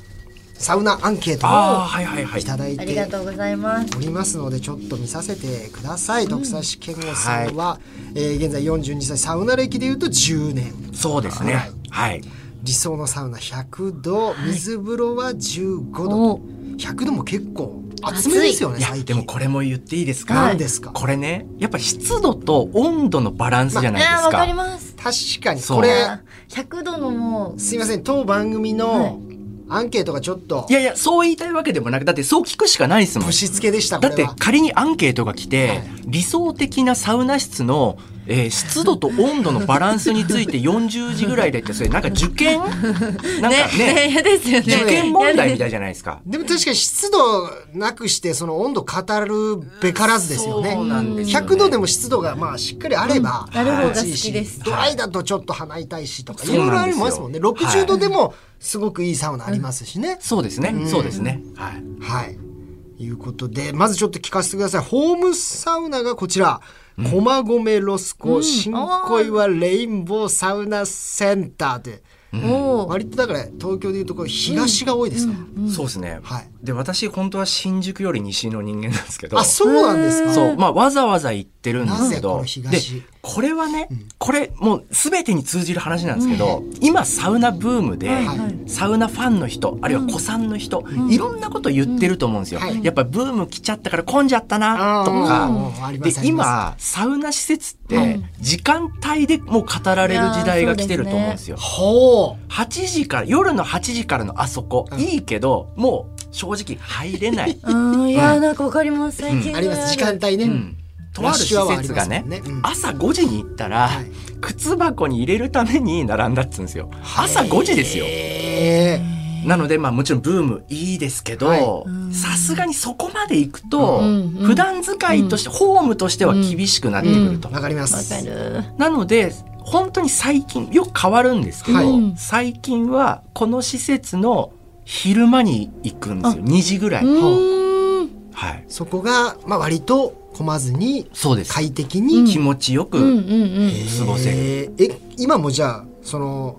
Speaker 1: サウナアンケートを
Speaker 3: ああはいはいはい
Speaker 1: いただい
Speaker 2: ありが
Speaker 1: て
Speaker 2: とうございます。
Speaker 1: おりますのでちょっと見させてください、徳橋健吾さんは、えー現在42歳サウナ歴でいうと10年
Speaker 3: そうですねはい
Speaker 1: 理想のサウナ100度水風呂は15度、
Speaker 2: お
Speaker 1: 100度も結構熱めですよね
Speaker 3: いや
Speaker 1: 最近
Speaker 3: でもこれも言っていいですか、
Speaker 1: 何ですか
Speaker 3: これねやっぱ湿度と温度のバランスじゃないです
Speaker 2: あー
Speaker 3: か,、
Speaker 2: わかります。
Speaker 1: 確かに
Speaker 3: そう
Speaker 1: これ
Speaker 2: あー100度のもう
Speaker 1: すいません当番組のアンケートがちょっと
Speaker 3: いやいやそう言いたいわけでもなくだってそう聞くしかないですもん
Speaker 1: ぶしつけでしたこ
Speaker 3: だ
Speaker 1: れ
Speaker 3: っ
Speaker 1: は
Speaker 3: て仮にアンケートが来て、
Speaker 1: はい
Speaker 3: 理想的なサウナ室の、えー湿度と温度のバランスについて40時ぐらいでってそれなんか受
Speaker 1: (laughs)
Speaker 3: 験なんかね
Speaker 2: ね、ですよね。
Speaker 3: 受験問題みたいじゃないですか。
Speaker 1: でも確かに湿度なくしてその温度語るべからずですよね。
Speaker 3: そうなんですよね
Speaker 1: 100度でも湿度がまあしっかりあれば、
Speaker 2: うんある方が
Speaker 1: 暑いし
Speaker 2: 好きです
Speaker 1: ドライだとちょっと鼻痛いしとか、
Speaker 3: はい
Speaker 1: いろいろありますもんね。
Speaker 3: そうなんですよ
Speaker 1: 60度でもすごくいいサウナありますしね。
Speaker 3: そうですね、そうですね。はい。
Speaker 1: はい。いうことで、まずちょっと聞かせてください。ホームサウナがこちら。駒込ロスコ新小岩レインボーサウナセンターで、
Speaker 2: おー
Speaker 1: 割とだから東京でいうとこう東が多いですか、
Speaker 3: そうですね。
Speaker 1: はい
Speaker 3: で私本当は新宿より西の人間なんですけど。
Speaker 1: あ、そうなんですか。
Speaker 3: そう、まあ、わざわざ行ってるんですけ
Speaker 1: なぜこ
Speaker 3: ど
Speaker 1: の。東
Speaker 3: で、これはね、これもう全てに通じる話なんですけど、今サウナブームで、
Speaker 2: はい
Speaker 1: は
Speaker 3: サウナファンの人、あるいは子さんの人、いろんなこと言ってると思うんですよ。
Speaker 1: うんはい
Speaker 3: やっぱブーム来ちゃったから混んじゃったな、と
Speaker 1: あ
Speaker 3: か。
Speaker 1: ーありま
Speaker 3: です
Speaker 1: あ、りま
Speaker 3: 今、サウナ施設って、時間帯でもう語られる時代が来てると思うんですよ。
Speaker 1: すほう
Speaker 3: 8時から、夜の8時からのあそこ、いいけど、もう正直入れ
Speaker 1: (laughs)
Speaker 3: ない。
Speaker 2: うん、いやーなんかわかります。最近
Speaker 1: あります時間帯ね、
Speaker 3: うんとある施設
Speaker 1: ラッシュ
Speaker 3: がね
Speaker 1: アワーありますもんねうん
Speaker 3: 朝5時に行ったら、
Speaker 1: はい
Speaker 3: 靴箱に入れるために並んだっつうんですよ朝5時ですよ
Speaker 1: ええ
Speaker 3: なのでまあもちろんブームいいですけ
Speaker 1: はい
Speaker 3: どさすがにそこまで行くと、
Speaker 2: うんうん
Speaker 3: 普段使いとして、ホームとしては厳しくなってくると、
Speaker 1: わかります
Speaker 2: わかる。
Speaker 3: なので本当に最近よく変わるんですけど、
Speaker 1: はい
Speaker 2: うん
Speaker 3: 最近はこの施設の昼間に行くんですよ2時ぐらい、
Speaker 2: うーん。
Speaker 3: はい
Speaker 1: そこがまあ割と混まずに
Speaker 3: そうです
Speaker 1: 快適に、
Speaker 3: 気持ちよく、
Speaker 2: うんうんうん。
Speaker 3: 過ごせる
Speaker 1: えええ今もじゃあその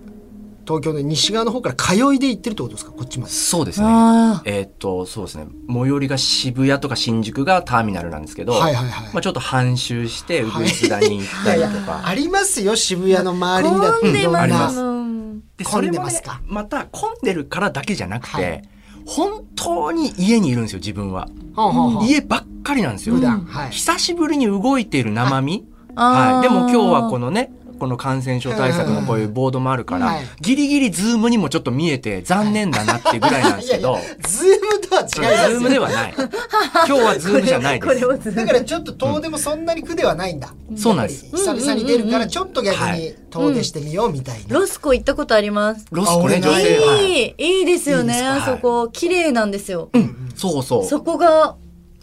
Speaker 1: 東京の西側の方から通いで行ってるってことですかこっちまで
Speaker 3: そうですね
Speaker 2: ああ。
Speaker 3: えーっと、そうですね。最寄りが渋谷とか新宿がターミナルなんですけど、
Speaker 1: はいはいはい
Speaker 3: まあちょっと半周して、ウグイスダに行ったりとか。
Speaker 1: ありますよ渋谷の周りにだって
Speaker 2: 混んで
Speaker 3: あり
Speaker 2: ま
Speaker 3: ますす
Speaker 2: もん。
Speaker 3: で、そ
Speaker 1: 混ん
Speaker 3: れ
Speaker 1: で
Speaker 3: も
Speaker 1: ま
Speaker 3: ね
Speaker 1: すか、
Speaker 3: また混んでるからだけじゃなくて、
Speaker 1: はい
Speaker 3: 本当に家にいるんですよ、自分は。
Speaker 1: ほうほうほう
Speaker 3: 家ばっかりなんですよ。
Speaker 1: 普段はい
Speaker 3: 久しぶりに動いている生身。
Speaker 2: あ
Speaker 3: は
Speaker 2: ー
Speaker 3: い。でも今日はこのね、この感染症対策のこういうボードもあるから、
Speaker 1: はい
Speaker 3: ギリギリズームにもちょっと見えて残念だなっていうぐらいなんですけど、
Speaker 1: ズームとは違います
Speaker 3: ズ
Speaker 1: よ
Speaker 3: ームではない。今日はズームじゃないです。
Speaker 2: これをずっ
Speaker 1: だからちょっと遠出もそんなに苦ではないんだ、
Speaker 3: そうなんです。
Speaker 1: 久々に出るからちょっと逆
Speaker 3: は
Speaker 1: に
Speaker 3: い
Speaker 1: 遠出してみようみたいな、
Speaker 2: ロスコ行ったことあります。
Speaker 3: ロスコね、
Speaker 1: あ
Speaker 3: 女
Speaker 1: 俺
Speaker 3: 性はい
Speaker 2: いい、いいですよね。
Speaker 3: いいです
Speaker 2: あそこ、綺麗なんですよ。
Speaker 3: そうそう。
Speaker 2: そこが、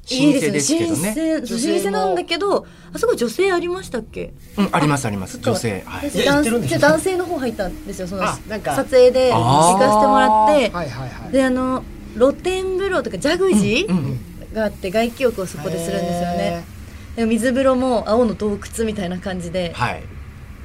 Speaker 2: いいですよね。新
Speaker 3: 新鮮ですけ
Speaker 1: 女
Speaker 2: 鮮、
Speaker 1: 性も
Speaker 2: 新鮮なんだけど、あそこ女性ありましたっけ
Speaker 3: うん、ありますあります。女性。はい。
Speaker 1: え行ってるんですか
Speaker 2: 男性の方入ったんですよ。その、
Speaker 1: あなんか
Speaker 2: 撮影で行かせてもらって、
Speaker 1: はいはいはい
Speaker 2: であの露天風呂とかジャグジ
Speaker 3: うんう
Speaker 2: ーがあって外気浴をそこでするんですよね
Speaker 1: へ、
Speaker 2: で水風呂も青の洞窟みたいな感じで
Speaker 3: はい。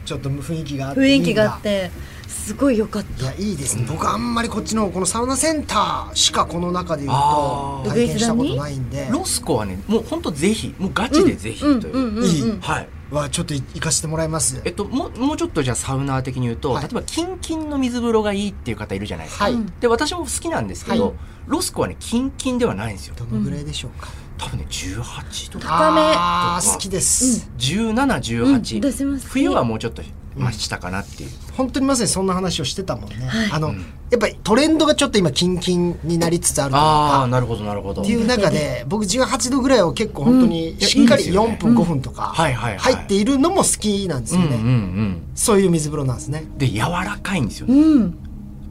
Speaker 1: ちょっと雰囲気があって
Speaker 2: 雰囲気があっ
Speaker 1: い
Speaker 2: てすごい良かっ
Speaker 1: いんだいやいいですね僕あんまりこっちのこのサウナセンターしかこの中で言うと
Speaker 3: あー
Speaker 1: 体験したことないんで
Speaker 3: ロスコはね、もう本当ぜひ、もうガチでぜひ
Speaker 2: たうん
Speaker 3: というう。
Speaker 2: んうんうん
Speaker 3: はい。
Speaker 1: はちょっと行かせてもらいます
Speaker 3: えっと、もう、もうちょっとじゃあサウナー的に言うと、
Speaker 1: はい
Speaker 3: 例えばキンキンの水風呂がいいっていう方いるじゃないですか。
Speaker 1: はい
Speaker 3: で、私も好きなんですけ
Speaker 1: は
Speaker 3: ど、ロスコはね、キンキンではないんですよ。
Speaker 1: どのぐらいでしょうか、
Speaker 3: 多分ね、18度とか。
Speaker 2: 高め
Speaker 1: あー好きです、
Speaker 3: 17、
Speaker 2: うん出せま
Speaker 3: 18。
Speaker 2: す
Speaker 3: 冬はもうちょっと、まあ、下かなっていう。
Speaker 1: 本当にまさにそんな話をしてたもんね、あの、やっぱりトレンドがちょっと今キンキンになりつつあるという
Speaker 3: ああ、
Speaker 1: か
Speaker 3: なるほど、なるほど。
Speaker 1: っていう中で僕18度ぐらいを結構本当に
Speaker 3: ん
Speaker 1: しっかり
Speaker 3: いやいいで
Speaker 1: 4
Speaker 3: すよ
Speaker 1: 分5分とか
Speaker 3: はいはいはい
Speaker 1: 入っているのも好きなんですよ
Speaker 3: うんうん
Speaker 1: ね
Speaker 3: うん。
Speaker 1: そういう水風呂なんですね
Speaker 3: で柔らかいんですよ、ね
Speaker 2: うん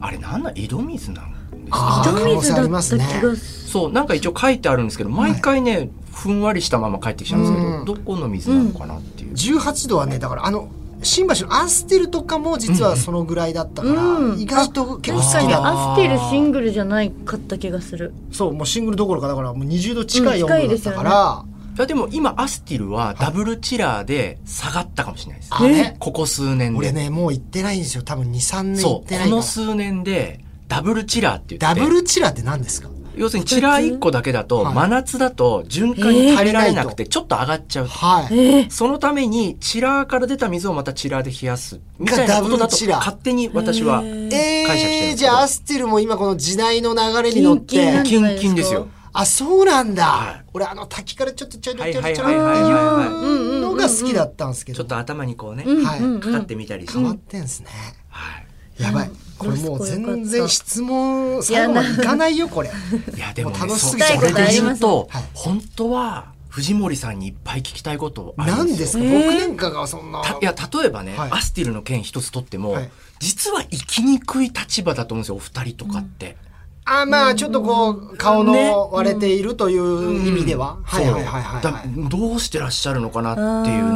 Speaker 3: あれなんなん井戸水なんです
Speaker 1: あ
Speaker 3: か
Speaker 1: ー
Speaker 2: 井戸
Speaker 1: 可能性
Speaker 2: 水
Speaker 1: あ
Speaker 2: だ
Speaker 1: り
Speaker 2: った
Speaker 1: ます
Speaker 2: 気
Speaker 1: ね
Speaker 2: がす
Speaker 3: そうなんか一応書いてあるんですけど毎回ね、ふんわりしたまま帰ってきちゃうんですけど、
Speaker 1: うん
Speaker 3: どこの水なのかなっていう、
Speaker 1: 18度はねだからあの新橋のアンステルとかも実はそのぐらいだったから、
Speaker 2: うん
Speaker 1: 意外と結構
Speaker 2: 確
Speaker 1: 好
Speaker 2: か
Speaker 1: き
Speaker 2: に
Speaker 1: だ
Speaker 2: アステルシングルじゃないかった気がする
Speaker 1: そうもうシングルどころかだからもう20度近
Speaker 2: うん
Speaker 1: い温
Speaker 2: 近
Speaker 1: 度だ
Speaker 2: いで
Speaker 1: っ
Speaker 2: すよ
Speaker 1: た
Speaker 2: ね
Speaker 1: から、
Speaker 3: いやでも今アスティルはダブルチラーで下がったかもしれないです、
Speaker 1: あれ
Speaker 3: ここ数年で
Speaker 1: 俺ねもう行ってないんですよ多分23年行
Speaker 3: そ
Speaker 1: っ
Speaker 3: う
Speaker 1: てな
Speaker 3: こ
Speaker 1: いか
Speaker 3: の
Speaker 1: ら
Speaker 3: 数年でダブルチラーって言っ
Speaker 1: ダ
Speaker 3: て
Speaker 1: ブルチラって何ですか
Speaker 3: 要するにチラー1個だけだと
Speaker 1: はい
Speaker 3: 真夏だと循環に耐えられなくてちょっと上がっちゃうと
Speaker 1: はい、
Speaker 3: そのためにチラーから出た水をまたチラーで冷やすみたいなこと
Speaker 1: がダ
Speaker 3: だ
Speaker 1: ブル
Speaker 3: と
Speaker 1: チラー
Speaker 3: 勝手に私は
Speaker 1: え
Speaker 3: 解釈してるんですけ
Speaker 1: ー、
Speaker 3: ど
Speaker 1: じゃあアスティルも今この時代の流れに乗っ
Speaker 2: キンキンなん
Speaker 1: て
Speaker 2: だ
Speaker 3: キンキンですよ。
Speaker 1: あそうなんだ、
Speaker 3: はい
Speaker 1: 俺あの滝からちょっとちょいちょ
Speaker 3: はいい
Speaker 1: ちょ
Speaker 3: はい
Speaker 1: いちょ
Speaker 3: はいいはいはいは
Speaker 1: のが好きだったんですけ
Speaker 3: い。ちょ
Speaker 1: ど
Speaker 3: っと頭にこうね、
Speaker 1: はい、
Speaker 3: かかってみたりして。
Speaker 1: 変わってんすね、
Speaker 3: はい。
Speaker 1: やばいこれもう全然質問最後までいかないよ
Speaker 3: (laughs)
Speaker 1: これ
Speaker 3: いやでもね、
Speaker 1: もう楽し
Speaker 3: そ
Speaker 1: す
Speaker 3: う
Speaker 1: ぎちゃう
Speaker 3: それで言うと
Speaker 1: はい、
Speaker 3: 本当は藤森さんにいっぱい聞きたいことある
Speaker 1: 何
Speaker 3: んで
Speaker 1: ですす
Speaker 3: よ。
Speaker 1: か僕なんかがそんな
Speaker 3: たいや例えばね、
Speaker 1: はい
Speaker 3: アスティルの件一つ取っても、
Speaker 1: はい
Speaker 3: 実は生きにくい立場だと思うんですよお二人とかって、
Speaker 1: あまあちょっとこう顔
Speaker 3: ね
Speaker 1: の割れているという意味では、はいはいはいはい、
Speaker 3: だ
Speaker 1: はい、
Speaker 3: どうしてらっしゃるのかなっていう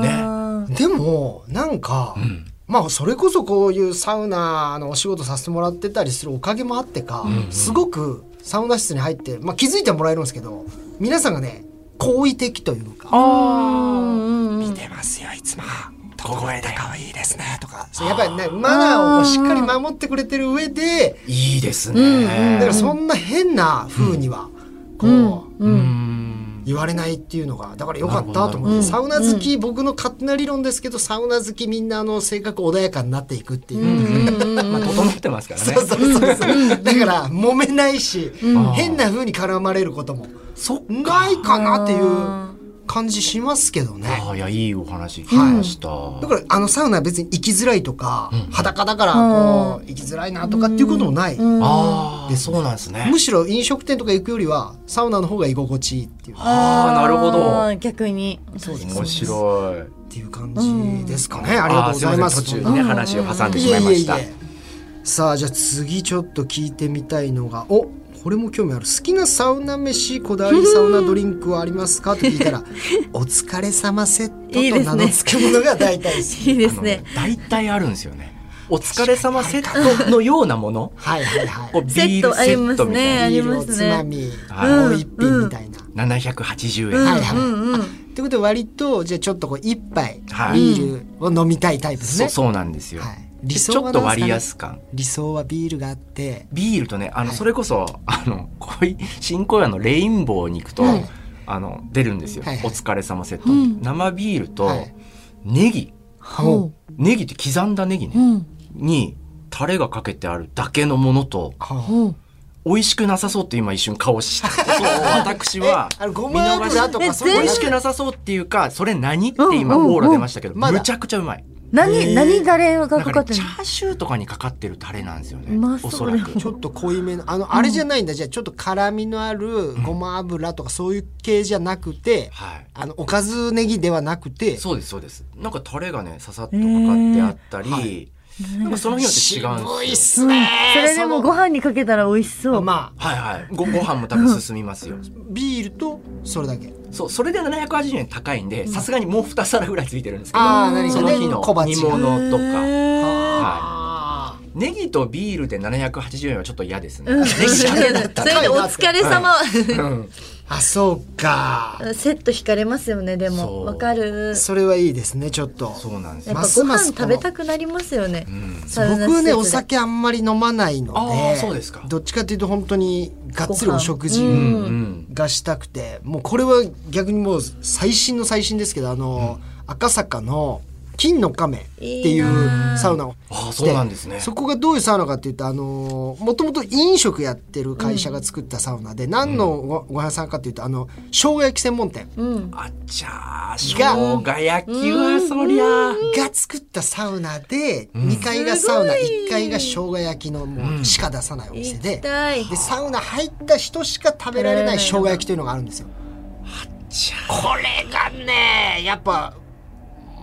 Speaker 3: ね
Speaker 1: でもなんか、まあそれこそこういうサウナのお仕事させてもらってたりするおかげもあってか、すごくサウナ室に入って、まあ、気づいてはもらえるんですけど皆さんがね好意的というか「見てますよいつも」とか「声高はいいですね」とかそうやっぱりねマナーをこうしっかり守ってくれてる上で
Speaker 3: いいですね、
Speaker 1: だからそんな変な風にはこう。
Speaker 3: うん
Speaker 1: 言われないっていうのがだから良かったと思っ
Speaker 3: なるほどなるほ
Speaker 1: てサ
Speaker 3: ど
Speaker 1: ウナ好き、僕の勝手な理論ですけどサウナ好きみんなあの性格穏やかになっていくっていう、
Speaker 3: まあ整ってますからね
Speaker 1: そうそうそうそうだから揉めないし、
Speaker 3: ん
Speaker 1: 変な風に絡まれることも
Speaker 3: そっか
Speaker 1: ないかなっていう感じしますけどね。
Speaker 3: ああいやいいお話聞きました、
Speaker 1: だからあのサウナは別に行きづらいとか、裸だからこう行きづらいなとかっていうこともない、
Speaker 3: ああそうなんですね
Speaker 1: むしろ飲食店とか行くよりはサウナの方が居心地いいっていうっ
Speaker 3: ああなるほど
Speaker 2: ど逆にそう
Speaker 3: 面白い
Speaker 1: ていう感じですかね、ありがとうございます
Speaker 3: あーすいません途中にね話を挟んでしまいました
Speaker 1: ええさあじゃあ次ちょっと聞いてみたいのがおこれも興味ある好きなサウナ飯こだわりサウナドリンクはありますかって聞いたら「お疲れ様セット」
Speaker 2: いい
Speaker 1: と
Speaker 2: ですね
Speaker 1: 名の付け物が大体好き。
Speaker 2: いいです
Speaker 3: あ
Speaker 2: ね
Speaker 3: の大体あるんですよねお疲れ様セットのようなもの
Speaker 1: はいはいはい
Speaker 3: こうビールセットみたいな、
Speaker 2: ねあ
Speaker 1: ビ
Speaker 2: り
Speaker 1: ールお
Speaker 2: ま
Speaker 1: つ
Speaker 2: す
Speaker 1: ま
Speaker 2: ね
Speaker 1: み、
Speaker 3: はい
Speaker 1: もう一品みたいな。
Speaker 3: 780円、
Speaker 1: はいはい。ということで割とじゃあちょっとこう一杯
Speaker 3: はい
Speaker 1: ビールを飲みたいタイプですね。
Speaker 3: そうそうなんですよ、
Speaker 1: はい
Speaker 3: で
Speaker 1: 理想
Speaker 3: ち
Speaker 1: は
Speaker 3: ょっと
Speaker 1: なんすかね
Speaker 3: 割安感
Speaker 1: 理想はビールがあって
Speaker 3: ビールとねあの、それこそあのこい新小屋のレインボーに行くと、
Speaker 1: はい
Speaker 3: あの出るんですよ、
Speaker 1: はいはい
Speaker 3: お疲れ様セット、生ビールと、
Speaker 1: はい
Speaker 3: ネギ
Speaker 1: ほ
Speaker 3: ネギって刻んだネギね、にタレがかけてあるだけのものと
Speaker 1: は
Speaker 3: 美味しくなさそうって今一瞬顔したことを私は
Speaker 1: あのご
Speaker 3: 見
Speaker 1: ま
Speaker 3: 逃
Speaker 1: 油
Speaker 3: し
Speaker 1: とか
Speaker 2: え
Speaker 1: そう
Speaker 3: 美
Speaker 1: いう
Speaker 3: 味しくなさそうっていうかそれ何って今オーラ出ましたけど、
Speaker 1: うんうんうん
Speaker 3: むちゃくちゃうまい
Speaker 2: 何何だれが
Speaker 3: なん
Speaker 2: かか
Speaker 3: か、
Speaker 2: っ
Speaker 3: ね、
Speaker 2: て
Speaker 3: チ
Speaker 2: る
Speaker 3: ャーシューとかにかかってるタレなんですよね、
Speaker 2: うまそう
Speaker 3: おそらく
Speaker 1: ち (laughs) ょっと濃いめのあのあれじゃないんだ、じゃあちょっと辛みのあるごま油とかそういう系じゃなくて、
Speaker 3: はい
Speaker 1: あのおかずネギではなくて
Speaker 3: そうですそうですなんかタレがねささっとかかってあったり、なんかその日によって違う
Speaker 1: 渋
Speaker 3: ん
Speaker 1: い
Speaker 3: で
Speaker 1: っ
Speaker 3: す
Speaker 1: す
Speaker 3: よ
Speaker 1: ね、
Speaker 2: それでもご飯にかけたら美味しそう、
Speaker 1: まあ
Speaker 3: はいはいごご飯も多分進みますよ
Speaker 1: ビールとそれだけ
Speaker 3: そうそれで780円高いんでさすがにもう2皿ぐらいついてるんですけど
Speaker 1: ああ何
Speaker 3: そ
Speaker 1: か
Speaker 3: の
Speaker 1: ね
Speaker 3: 日の
Speaker 1: 小
Speaker 3: 煮
Speaker 1: 鉢が
Speaker 3: 物とかは
Speaker 1: あ
Speaker 3: いネギとビールで780円はちょっと嫌ですね、
Speaker 2: うん
Speaker 3: ネギだけだった
Speaker 1: (laughs)
Speaker 2: (laughs) それでお疲れ様、
Speaker 3: ら、うん、
Speaker 1: あそうか
Speaker 2: (laughs) セット引かれますよねで
Speaker 3: そ
Speaker 2: も
Speaker 3: う
Speaker 2: わかる
Speaker 1: それはいいですねちょっと
Speaker 3: そうなんです
Speaker 2: やっぱ
Speaker 3: よ
Speaker 1: ます
Speaker 2: ご
Speaker 1: ま
Speaker 2: 飯
Speaker 1: すこ
Speaker 2: 食
Speaker 1: の
Speaker 2: べたくなりますよね、サウナ施設で
Speaker 1: 僕はねお酒あんまり飲まないの
Speaker 3: あ
Speaker 1: で
Speaker 3: あそうですか
Speaker 1: どっちかというと本当にがっつりお食事
Speaker 3: うんうん
Speaker 1: がしたくてもうこれは逆にもう最新の最新ですけどあの、赤坂の金の亀ってい
Speaker 2: いいな
Speaker 1: うサウナを
Speaker 3: ああそうなんですね
Speaker 1: そこがどういうサウナかっていうともともと飲食やってる会社が作ったサウナで、何のごご飯屋さんかっていうとあの生姜焼き専門店
Speaker 2: うん、
Speaker 3: あちゃー生姜焼きはそりゃ
Speaker 1: が作ったサウナで、2階がサウナ
Speaker 2: すごい
Speaker 1: 1階が生姜焼きのもうしか出さないお店
Speaker 2: 行
Speaker 1: で、
Speaker 2: きたい
Speaker 1: でサウナ入った人しか食べられない生姜焼きというのがあるんですよ。
Speaker 3: ちゃー
Speaker 1: これがねやっぱ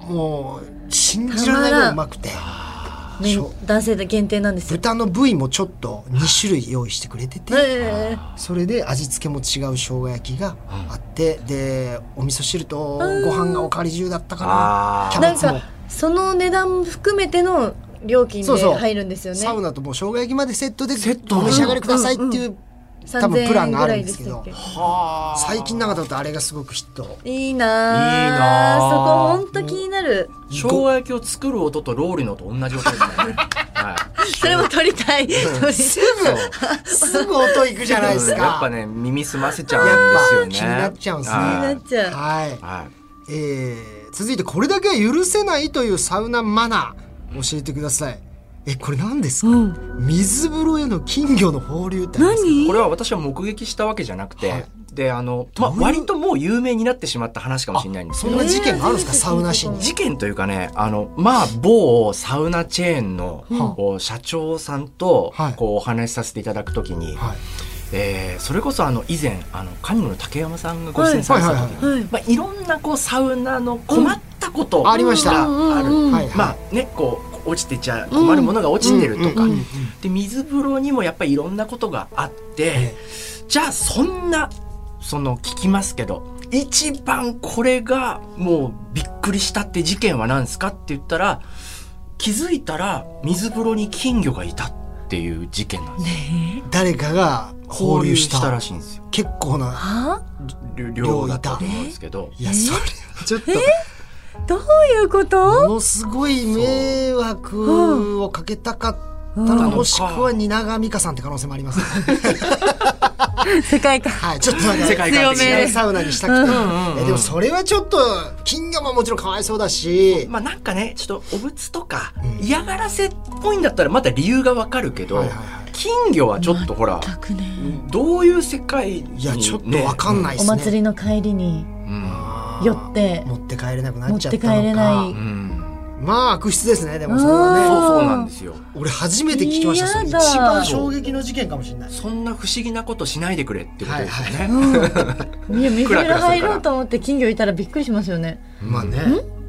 Speaker 1: もう信じられないぐらいうまくて
Speaker 2: ね男性で限定なんですよ、
Speaker 1: 豚の部位もちょっと2種類用意してくれてて
Speaker 2: えー
Speaker 1: それで味付けも違う生姜焼きがあってでお味噌汁とご飯がおかわり中だったかな
Speaker 3: あー
Speaker 1: キャ
Speaker 2: な
Speaker 1: ベ
Speaker 2: ん
Speaker 1: ツも
Speaker 2: かその値段含めての料金
Speaker 1: そう
Speaker 2: で
Speaker 1: そう
Speaker 2: 入るんですよね
Speaker 1: サウナともう生姜焼きまでセットで
Speaker 3: セット
Speaker 1: お召し上がりくださいっていう多分プランがあるんですけ
Speaker 2: 3000円
Speaker 1: ど
Speaker 2: ぐらいでしたっ
Speaker 3: はあ
Speaker 1: 最近なんかだとあれがすごくヒット
Speaker 2: けいいなあ
Speaker 3: いいなあ
Speaker 2: そこ本当気になる
Speaker 3: 生姜焼きを作る音とローリの音同じ音ですからね。はい。
Speaker 2: それも撮りたい撮り
Speaker 1: す
Speaker 2: た
Speaker 1: ぐ (laughs) すぐ音いくじゃないですか
Speaker 3: やっぱね耳澄ませちゃうんですよね。
Speaker 1: やっぱ気になっちゃうんですね
Speaker 3: はい
Speaker 2: になっちゃう
Speaker 1: はい、
Speaker 3: はい。
Speaker 1: えー、続いてこれだけは許せないというサウナマナー教えてくださいえこれ何ですか、水風呂への金魚の放流ってありますか
Speaker 3: これは私は目撃したわけじゃなくて、
Speaker 1: はい
Speaker 3: であのまあ
Speaker 1: どういう
Speaker 3: 割ともう有名になってしまった話かもしれないんです
Speaker 1: そ
Speaker 3: け
Speaker 1: ん
Speaker 3: ど
Speaker 1: な。事件があるんですか、サウナ市に
Speaker 3: 事件というかねあのまあ某サウナチェーンのこう社長さんと
Speaker 1: はい
Speaker 3: こうお話しさせていただくときに、
Speaker 1: はい
Speaker 3: えーそれこそあの以前あのカニの竹山さんがご出演されてた時
Speaker 2: はいはいはい
Speaker 3: にまあいろんなこうサウナの困ったこと
Speaker 1: うんありました
Speaker 3: がある
Speaker 1: はいはい
Speaker 3: まあねこう落ちてちゃ困るものが落ちてるとか、
Speaker 1: うんうんうんうん
Speaker 3: で水風呂にもやっぱりいろんなことがあって
Speaker 1: え
Speaker 3: じゃあそんなその聞きますけど一番これがもうびっくりしたって事件は何ですかって言ったら気づいたら水風呂に金魚がいたっていう事件なんですよ。
Speaker 1: 誰かが放流した
Speaker 3: たらしいんですよ。
Speaker 1: 結構な
Speaker 2: は
Speaker 3: 量量だったと思うんですけど。
Speaker 1: いやそれはちょっと
Speaker 2: どういうこと
Speaker 1: ものすごい迷惑をかけたかったのか
Speaker 3: うん
Speaker 1: もしくは蜷川美香さんって可能性もあり
Speaker 2: (laughs)
Speaker 1: ます、ね、
Speaker 2: 世界観
Speaker 1: はいちょっとなんか
Speaker 3: 世界観的
Speaker 2: 強
Speaker 1: 違
Speaker 2: め
Speaker 3: な
Speaker 2: で
Speaker 1: う
Speaker 2: す
Speaker 3: ね。
Speaker 1: サウナにしたくて、
Speaker 3: んうん
Speaker 1: えでもそれはちょっと金魚ももちろんかわいそうだし、
Speaker 3: まあなんかねちょっとお仏とか
Speaker 1: うん
Speaker 3: 嫌がらせっぽいんだったらまた理由がわかるけど、
Speaker 1: はいはいはい
Speaker 3: 金魚はちょっとほら
Speaker 2: 全くね
Speaker 3: どういう世界に
Speaker 1: いやちょっとわかんない
Speaker 3: い、
Speaker 1: で
Speaker 2: お
Speaker 1: すね
Speaker 2: 祭りの帰りに
Speaker 3: うん
Speaker 1: あー
Speaker 2: 寄って
Speaker 1: 持って帰れなくな
Speaker 2: 持
Speaker 1: っ
Speaker 2: っ
Speaker 1: ちゃ
Speaker 2: て
Speaker 1: った
Speaker 2: 帰
Speaker 1: のか
Speaker 2: れな
Speaker 3: う
Speaker 2: い
Speaker 3: ん
Speaker 1: まあ悪質ですねでもそれ
Speaker 3: そう
Speaker 1: はね
Speaker 3: そうなんですよ
Speaker 1: 俺初めて聞きましたそれ
Speaker 2: い
Speaker 1: 一
Speaker 2: やだ
Speaker 1: 番衝撃の事件かもしれない
Speaker 3: そんな不思議なことしないでくれってことですよね、
Speaker 1: はい
Speaker 2: いや水
Speaker 3: クラ
Speaker 2: 風呂
Speaker 3: クラするから
Speaker 2: 入ろうと思って金魚いたらびっくりしますよね
Speaker 1: まあね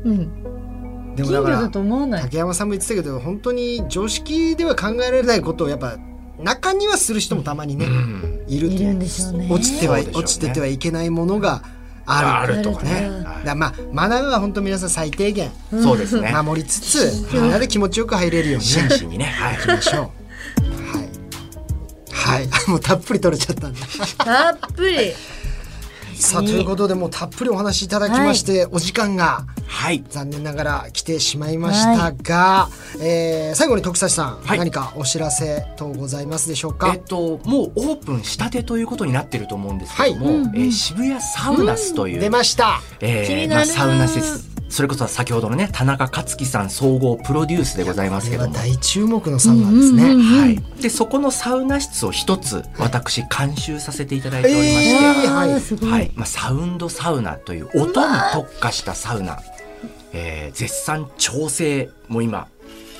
Speaker 2: うん
Speaker 1: でも
Speaker 2: 金
Speaker 1: だ
Speaker 2: 魚
Speaker 1: から
Speaker 2: だと思わない
Speaker 1: 竹山さんも言ってたけど本当に常識では考えられないことをやっぱ中にはする人もたまにね、
Speaker 3: うん
Speaker 1: いると
Speaker 2: いるんでしょうね
Speaker 1: 落ちては、
Speaker 3: そうでしょうね
Speaker 1: 落ちててはいけないものがある
Speaker 3: あるとかね
Speaker 1: ね
Speaker 2: ある
Speaker 1: だ
Speaker 3: は
Speaker 1: か
Speaker 3: い
Speaker 1: らまあマナーは本当皆さん最低限
Speaker 3: そうですね
Speaker 1: 守りつつ、みんなで気持ちよく入れるように
Speaker 3: 真
Speaker 1: ね
Speaker 3: 摯にね、はい、
Speaker 1: ましょうはいはい (laughs) もうたっぷり取れちゃっ
Speaker 3: (laughs)
Speaker 1: たんで
Speaker 2: たっぷり
Speaker 1: さあということでもうたっぷりお話しいただきまして、お時間が
Speaker 3: はい
Speaker 1: 残念ながら来てしまいましたが、えー最後に徳橋さん、
Speaker 3: はい
Speaker 1: 何かお知らせ等ございますでしょう
Speaker 3: え
Speaker 1: か
Speaker 3: っと、もうオープンしたてということになってると思うんですけども、
Speaker 1: はい
Speaker 3: えー渋谷サウナスという、
Speaker 1: 出ました
Speaker 2: 気に
Speaker 3: えー
Speaker 2: なる
Speaker 3: まあ、サウナ施設それこそ先ほどのね田中克樹さん総合プロデュースでございま
Speaker 1: これ
Speaker 3: すけど
Speaker 1: は
Speaker 3: も。
Speaker 1: 大注目のサウナですね、
Speaker 3: はい、でそこのサウナ室を一つ私監修させていただいておりまして、
Speaker 1: えー
Speaker 2: あ
Speaker 1: は
Speaker 2: ー
Speaker 1: い
Speaker 2: すごい、
Speaker 3: はいまあ、サウンドサウナという音に特化したサウナ、えー絶賛調整も今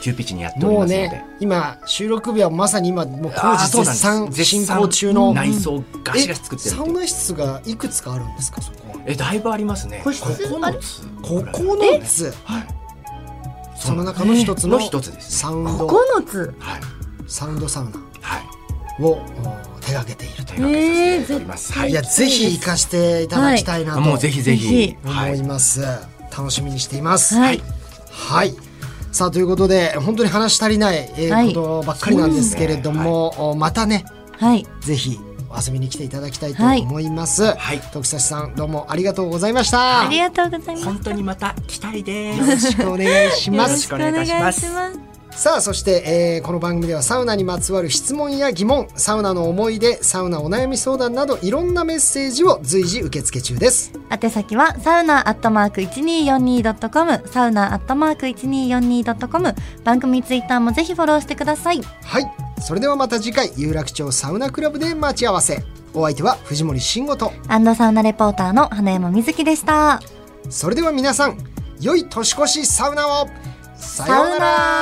Speaker 3: 急ピッチにやっており
Speaker 1: もう
Speaker 3: ますので、
Speaker 1: ね今収録日はまさに今もう
Speaker 3: あ
Speaker 1: 工
Speaker 3: ー
Speaker 1: 事
Speaker 3: そうなん
Speaker 1: 絶
Speaker 3: で
Speaker 1: 賛
Speaker 3: す
Speaker 1: 進行中の
Speaker 3: 内装ガシガシ作って
Speaker 1: え
Speaker 3: る
Speaker 1: サウナ室がいくつかあるんですかそこは
Speaker 3: えだいぶありますね
Speaker 2: 個室あれ
Speaker 3: 9つ
Speaker 1: ここのつ
Speaker 3: はい
Speaker 1: その中の一つの
Speaker 3: の一つです
Speaker 1: サウンド
Speaker 2: 9つ
Speaker 3: はい
Speaker 1: サウンドサウナ
Speaker 3: はい
Speaker 1: をお手掛けている
Speaker 3: というわけでさせていただきます、
Speaker 2: えー
Speaker 3: はい
Speaker 1: いやぜひ行かしていただきたいなと
Speaker 3: もうぜひぜひ
Speaker 2: ぜ
Speaker 3: は
Speaker 1: 思い
Speaker 3: い
Speaker 1: ます楽しみにしています
Speaker 2: は
Speaker 1: はいい、さあということで本当に話し足りないえ
Speaker 2: は
Speaker 1: ー
Speaker 2: い
Speaker 1: ことばっかりなんですけれどもおまたね
Speaker 2: はい
Speaker 1: ぜひ遊びに来ていただきたいと
Speaker 2: はい
Speaker 1: 思います。
Speaker 3: はい
Speaker 1: 徳差さんどうもありがとうございました。
Speaker 2: あり
Speaker 1: よ
Speaker 2: がとうございます
Speaker 3: 本当にまた来たりで
Speaker 1: ろ
Speaker 3: す
Speaker 1: しくお願いし
Speaker 3: よ
Speaker 1: ま
Speaker 3: ろ
Speaker 1: す
Speaker 3: し。くお願いいたします
Speaker 2: よろくお願いし
Speaker 1: さあそして、えーこの番組ではサウナにまつわる質問や疑問サウナの思い出サウナお悩み相談などいろんなメッセージを随時受付中です
Speaker 2: 宛先はサウナアットマーク 1242.com サウナアットマーク 1242.com 番組ツイッターもぜひフォローしてください
Speaker 1: はいそれではまた次回有楽町サウナクラブで待ち合わせお相手は藤森慎吾と
Speaker 2: アンドサウナレポーターの花山瑞希でした
Speaker 1: それでは皆さん良い年越しサウナをさようなら